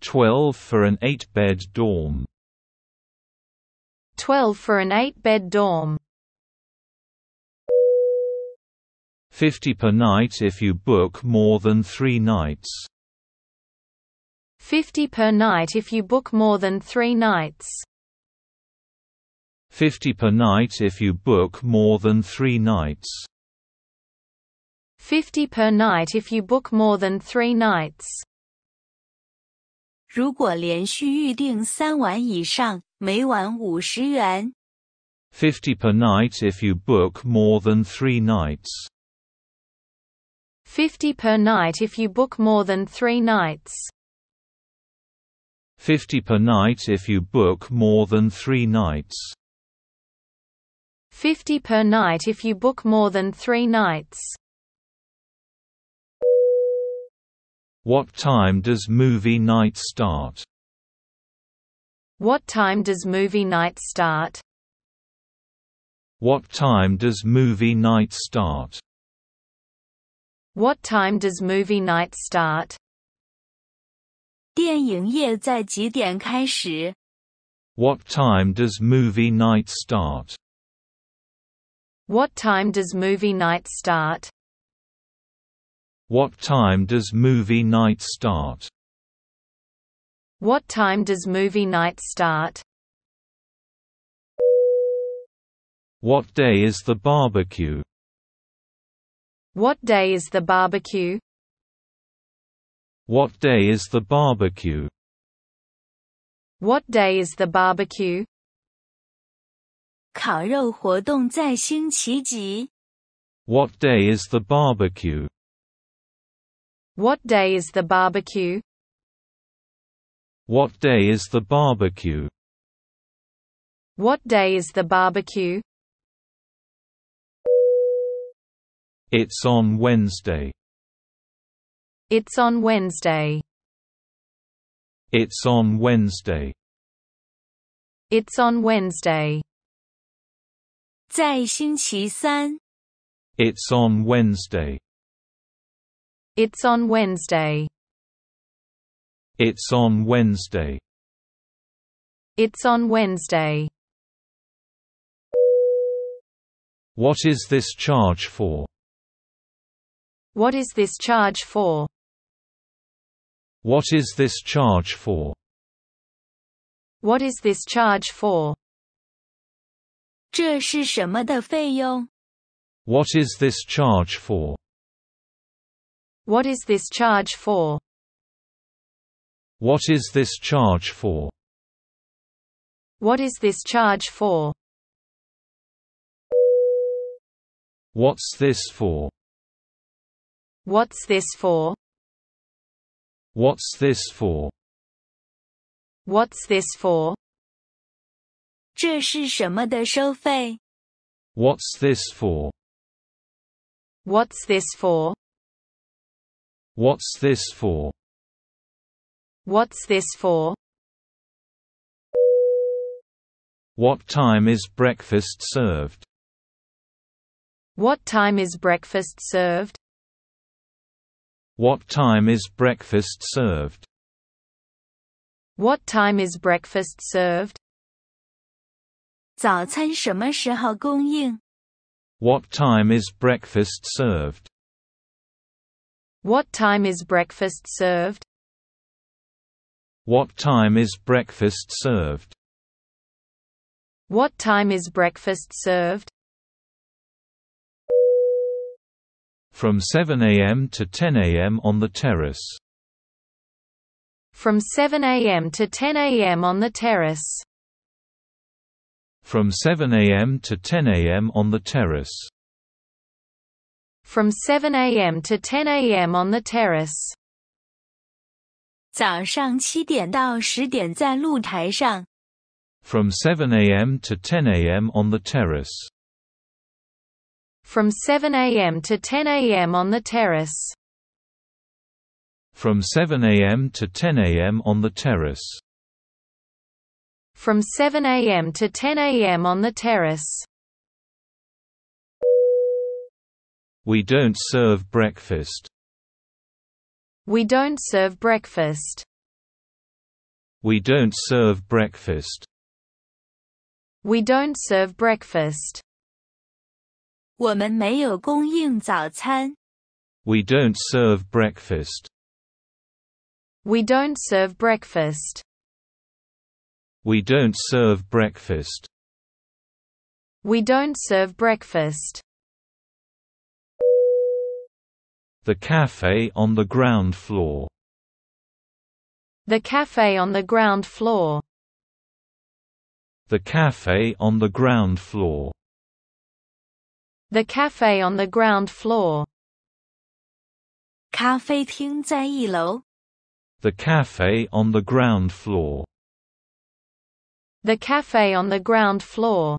Speaker 2: 12 for an 8-bed dorm,
Speaker 1: 12 for an 8-bed dorm,
Speaker 2: 50 per night if you book more than 3 nights,
Speaker 1: 50 per night if you book more than 3 nights,
Speaker 2: 50 per night if you book more than 3 nights,
Speaker 1: 50 per night if you book more than 3 nights.
Speaker 3: 如果连续预订三晚以上，每晚五十元。
Speaker 2: 50 per night if you book more than 3 nights,
Speaker 1: 50 per night if you book more than 3 nights,
Speaker 2: 50 per night if you book more than 3 nights,
Speaker 1: 50 per night if you book more than 3 nights.
Speaker 2: What time does movie night start?
Speaker 1: What time does movie night start?
Speaker 2: What time does movie night start?
Speaker 1: What time does movie night start?
Speaker 3: 电影业在几点开始？
Speaker 2: What time does movie night start?
Speaker 1: What time does movie night start?
Speaker 2: What time does movie night start?
Speaker 1: What time does movie night start?
Speaker 2: What day is the barbecue?
Speaker 1: What day is the barbecue?
Speaker 2: What day is the barbecue?
Speaker 1: What day is the barbecue?
Speaker 3: 烤肉活动在星期几？
Speaker 2: What day is the barbecue?
Speaker 1: What day is the barbecue?
Speaker 2: What day is the barbecue?
Speaker 1: What day is the barbecue?
Speaker 2: It's on Wednesday.
Speaker 1: It's on Wednesday.
Speaker 2: It's on Wednesday.
Speaker 1: It's on Wednesday.
Speaker 3: 在星期三。
Speaker 2: It's on Wednesday.
Speaker 1: It's on Wednesday.
Speaker 2: It's on Wednesday.
Speaker 1: It's on Wednesday.
Speaker 2: What is this charge for?
Speaker 1: What is this charge for?
Speaker 2: What is this charge for?
Speaker 1: What is this charge for?
Speaker 3: 这是什么的费用？
Speaker 2: What is this charge for?
Speaker 1: What is this charge for?
Speaker 2: What is this charge for?
Speaker 1: What is this charge for?
Speaker 2: What's this for?
Speaker 1: What's this for?
Speaker 2: What's this for?
Speaker 1: What's this for?
Speaker 3: 这是什么的收费？
Speaker 2: What's this for?
Speaker 1: What's this for?
Speaker 2: What's this for?
Speaker 1: What's this for?
Speaker 2: What time is breakfast served?
Speaker 1: What time is breakfast served?
Speaker 2: What time is breakfast served?
Speaker 1: What time is breakfast served?
Speaker 3: 早餐什么时候供应？
Speaker 2: What time is breakfast served?
Speaker 1: What time is breakfast served?
Speaker 2: What time is breakfast served?
Speaker 1: What time is breakfast served?
Speaker 2: From 7 a.m. to 10 a.m. on the terrace.
Speaker 1: From 7 a.m. to 10 a.m. on the terrace.
Speaker 2: From 7 a.m. to 10 a.m. on the terrace.
Speaker 1: From 7 a.m. to 10 a.m. on the terrace.
Speaker 3: 早上七点到十点在露台上。
Speaker 2: From 7 a.m. to 10 a.m. on the terrace.
Speaker 1: From 7 a.m. to 10 a.m. on the terrace.
Speaker 2: From 7 a.m. to 10 a.m. on the terrace.
Speaker 1: from 7 a.m. to 10 a.m. on the terrace.
Speaker 2: We don't serve breakfast.
Speaker 1: We don't serve breakfast.
Speaker 2: We don't serve breakfast.
Speaker 1: We don't serve breakfast.
Speaker 3: 我们没有供应早餐。
Speaker 2: We don't serve breakfast.
Speaker 1: We don't serve breakfast.
Speaker 2: We don't serve breakfast.
Speaker 1: We don't serve breakfast.
Speaker 2: The cafe on the ground floor.
Speaker 1: The cafe on the ground floor.
Speaker 2: The cafe on the ground floor.
Speaker 1: The cafe on the ground floor.
Speaker 3: 咖啡厅在一楼。
Speaker 2: The cafe on the ground floor.
Speaker 1: The cafe on the ground floor.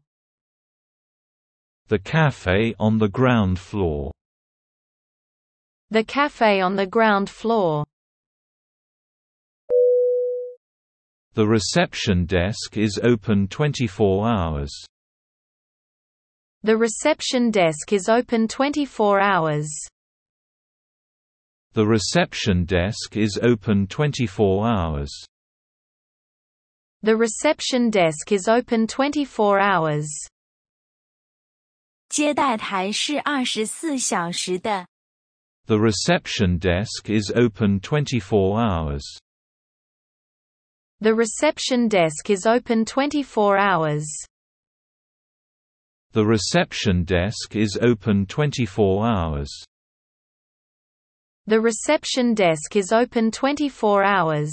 Speaker 2: The cafe on the ground floor.
Speaker 1: The cafe on the ground floor.
Speaker 2: The reception desk is open 24 hours.
Speaker 1: The reception desk is open 24 hours.
Speaker 2: The reception desk is open 24 hours.
Speaker 1: The reception desk is open 24 hours.
Speaker 3: 接待台是二十四小时的。
Speaker 2: The reception desk is open 24 hours.
Speaker 1: The reception desk is open 24 hours.
Speaker 2: The reception desk is open 24 hours.
Speaker 1: The reception desk is open 24 hours.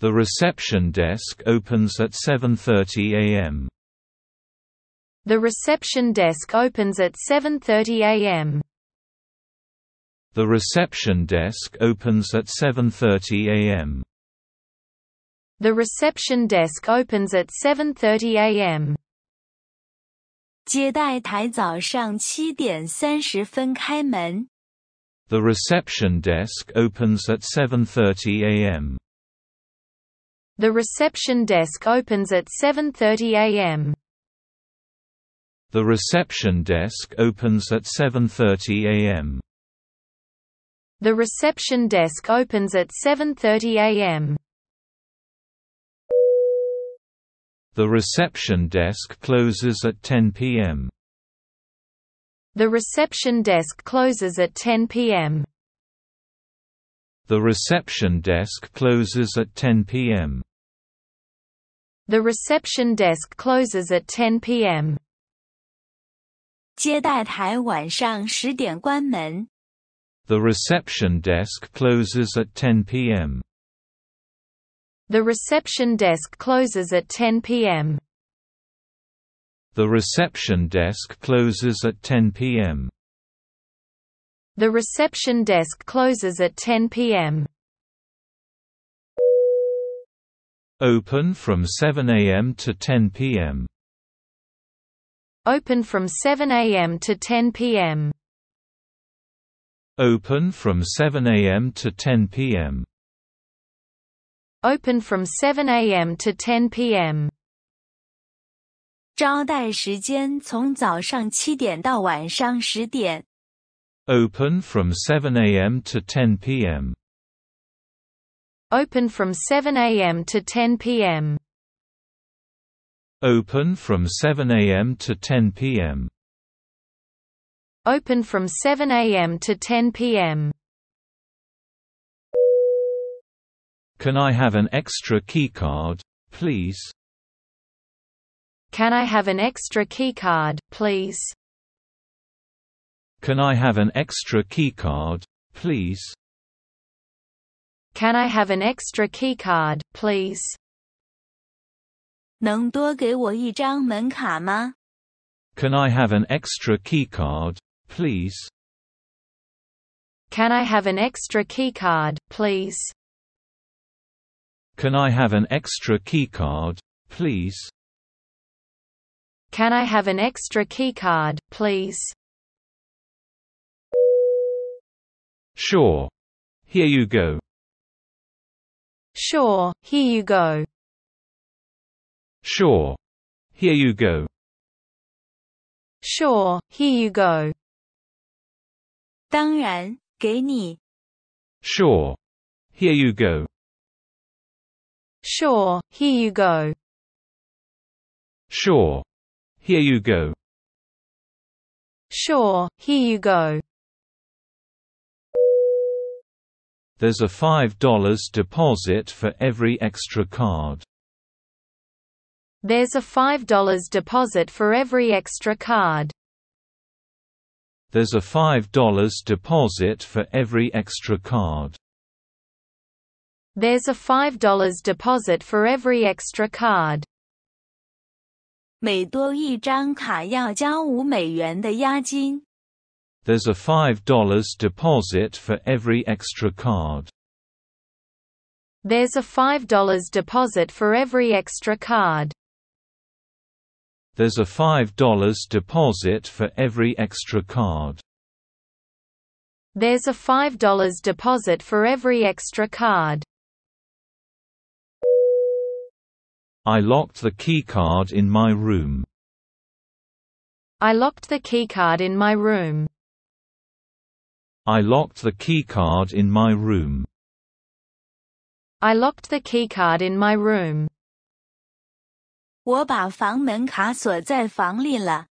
Speaker 2: The reception desk opens at 7:30 a.m.
Speaker 1: The reception desk opens at 7:30 a.m.
Speaker 2: The reception desk opens at 7:30 a.m.
Speaker 1: The reception desk opens at 7:30 a.m.
Speaker 3: 接待台早上七点三十分开门。
Speaker 2: The reception desk opens at 7:30 a.m.
Speaker 1: The reception desk opens at 7:30 a.m.
Speaker 2: The reception desk opens at 7:30 a.m.
Speaker 1: The reception desk opens at 7:30 a.m.
Speaker 2: The reception desk closes at 10 p.m.
Speaker 1: The reception desk closes at 10 p.m.
Speaker 2: The reception desk closes at 10 p.m.
Speaker 1: The reception desk closes at 10 p.m.
Speaker 3: 接待台晚上十点关门。
Speaker 2: The reception desk closes at 10 p.m.
Speaker 1: The reception desk closes at 10 p.m.
Speaker 2: The reception desk closes at 10 p.m.
Speaker 1: The reception desk closes at 10 p.m.
Speaker 2: Open from 7 a.m. to 10 p.m.
Speaker 1: Open from 7 a.m. to 10 p.m.
Speaker 2: Open from 7 a.m. to 10 p.m.
Speaker 1: Open from 7 a.m. to 10 p.m.
Speaker 3: 招待时间从早上七点到晚上十点。
Speaker 2: Open from 7 a.m. to 10 p.m.
Speaker 1: Open from 7 a.m. to 10 p.m.
Speaker 2: Open from 7 a.m. to 10 p.m.
Speaker 1: Open from 7 a.m. to 10 p.m.
Speaker 2: Can I have an extra keycard, please?
Speaker 1: Can I have an extra keycard, please?
Speaker 2: Can I have an extra keycard, please?
Speaker 1: Can I have an extra keycard, please?
Speaker 3: 能多给我一张门卡吗？
Speaker 2: Can I have an extra keycard, please?
Speaker 1: Can I have an extra keycard, please?
Speaker 2: Can I have an extra keycard, please?
Speaker 1: Can I have an extra keycard, please?
Speaker 2: Sure. Here you go.
Speaker 1: Sure, here you go.
Speaker 2: Sure. Here you go.
Speaker 1: Sure, here you go.
Speaker 3: 当然，给你。
Speaker 2: Sure. Here you go.
Speaker 1: Sure, here you go.
Speaker 2: Sure. Here you go.
Speaker 1: Sure, here you go.
Speaker 2: There's a $5 deposit for every extra card.
Speaker 1: There's a $5 deposit for every extra card.
Speaker 2: There's a $5 deposit for every extra card.
Speaker 1: There's a $5 deposit for every extra card.
Speaker 3: 每多一张卡要交五美元的押金。
Speaker 2: There's a $5 deposit for every extra card.
Speaker 1: There's a $5 deposit for every extra card.
Speaker 2: There's a $5 deposit for every extra card.
Speaker 1: There's a $5 deposit for every extra card.
Speaker 2: I locked the keycard in my room.
Speaker 1: I locked the keycard in my room.
Speaker 2: I locked the keycard in my room.
Speaker 1: I locked the keycard in my room.
Speaker 3: 我把房门卡锁在房里了。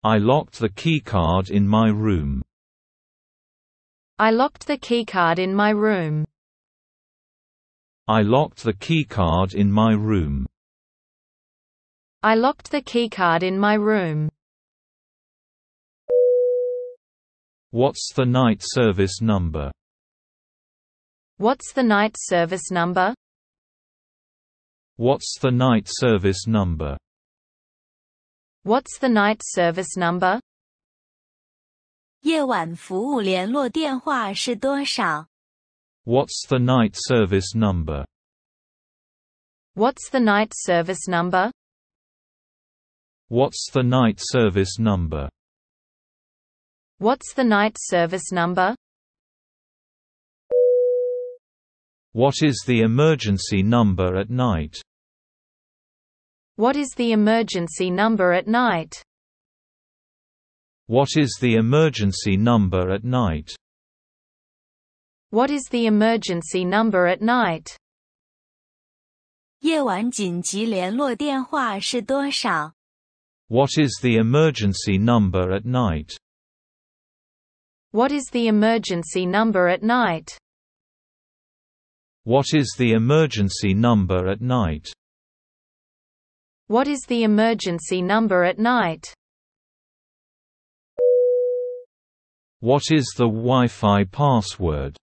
Speaker 2: I locked the keycard in my room.
Speaker 1: I locked the keycard in my room.
Speaker 2: I locked the keycard in my room.
Speaker 1: I locked the keycard in my room.
Speaker 2: What's the night service number?
Speaker 1: What's the night service number?
Speaker 2: What's the night service number?
Speaker 1: What's the night service number?
Speaker 3: 夜晚服务联络电话是多少？
Speaker 2: What's the night service number?
Speaker 1: What's the night service number?
Speaker 2: What's the night service number?
Speaker 1: What's the night service number?
Speaker 2: What is the emergency number at night?
Speaker 1: What is the emergency number at night?
Speaker 2: What is the emergency number at night?
Speaker 1: What is the emergency number at night?
Speaker 3: 夜晚紧急联络电话是多少？
Speaker 2: What is the emergency number at night?
Speaker 1: What is the emergency number at night?
Speaker 2: What is the emergency number at night?
Speaker 1: What is the emergency number at night?
Speaker 2: What is the Wi-Fi password?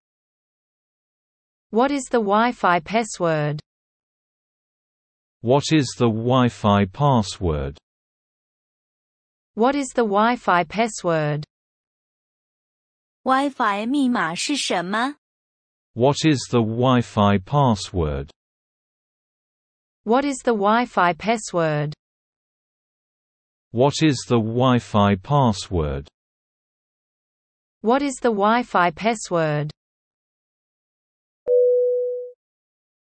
Speaker 1: What is the Wi-Fi password?
Speaker 2: What is the Wi-Fi password?
Speaker 1: What is the Wi-Fi password?
Speaker 3: WiFi 密码是什么？
Speaker 2: What is the Wi-Fi password?
Speaker 1: What is the Wi-Fi password?
Speaker 2: What is the Wi-Fi password?
Speaker 1: What is the Wi-Fi password?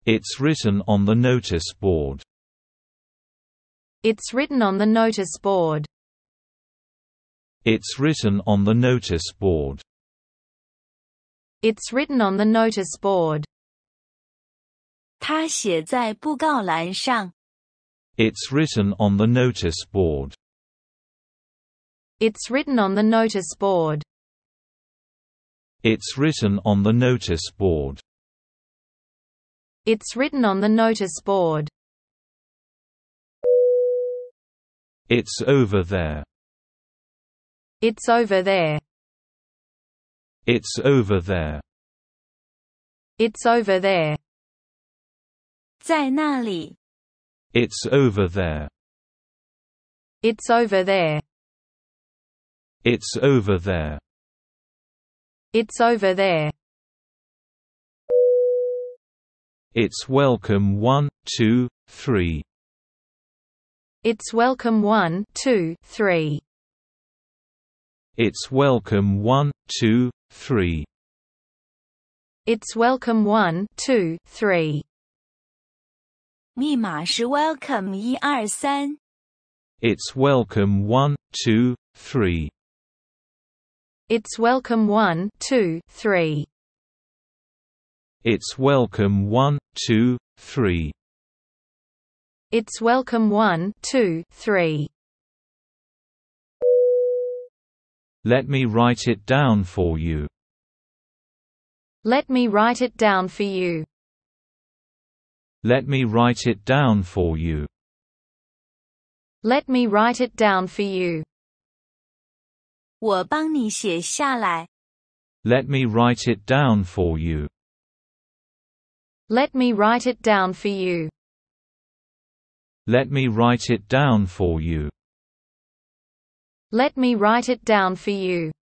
Speaker 2: It's written on the notice board.
Speaker 1: It's written on the notice board.
Speaker 2: It's written on the notice board.
Speaker 1: It's written on the notice board.
Speaker 3: 它写在布告栏上。
Speaker 2: It's written on the notice board.
Speaker 1: It's written on the notice board.
Speaker 2: It's written on the notice board.
Speaker 1: It's written on the notice board.
Speaker 2: It's over there.
Speaker 1: It's over there.
Speaker 2: It's over there.
Speaker 1: It's over there.
Speaker 3: 在那里，
Speaker 2: It's over there.
Speaker 1: It's over there.
Speaker 2: It's over there.
Speaker 1: It's over there.
Speaker 2: It's welcome one, two, three.
Speaker 1: It's welcome one, two, three.
Speaker 2: It's welcome one, two, three.
Speaker 1: It's welcome one, two, three.
Speaker 3: 密码是 welcome 一二三。
Speaker 2: It's welcome 1, 2, 3.
Speaker 1: It's welcome 1, 2, 3.
Speaker 2: It's welcome 1, 2, 3.
Speaker 1: It's welcome 1, 2, 3.
Speaker 2: Let me write it down for you.
Speaker 1: Let me write it down for you.
Speaker 2: Let me write it down for you.
Speaker 1: Let me write it down for you.
Speaker 3: 我帮你写下来。
Speaker 2: Let me write it down for you.
Speaker 1: Let me write it down for you.
Speaker 2: Let me write it down for you.
Speaker 1: Let me write it down for you.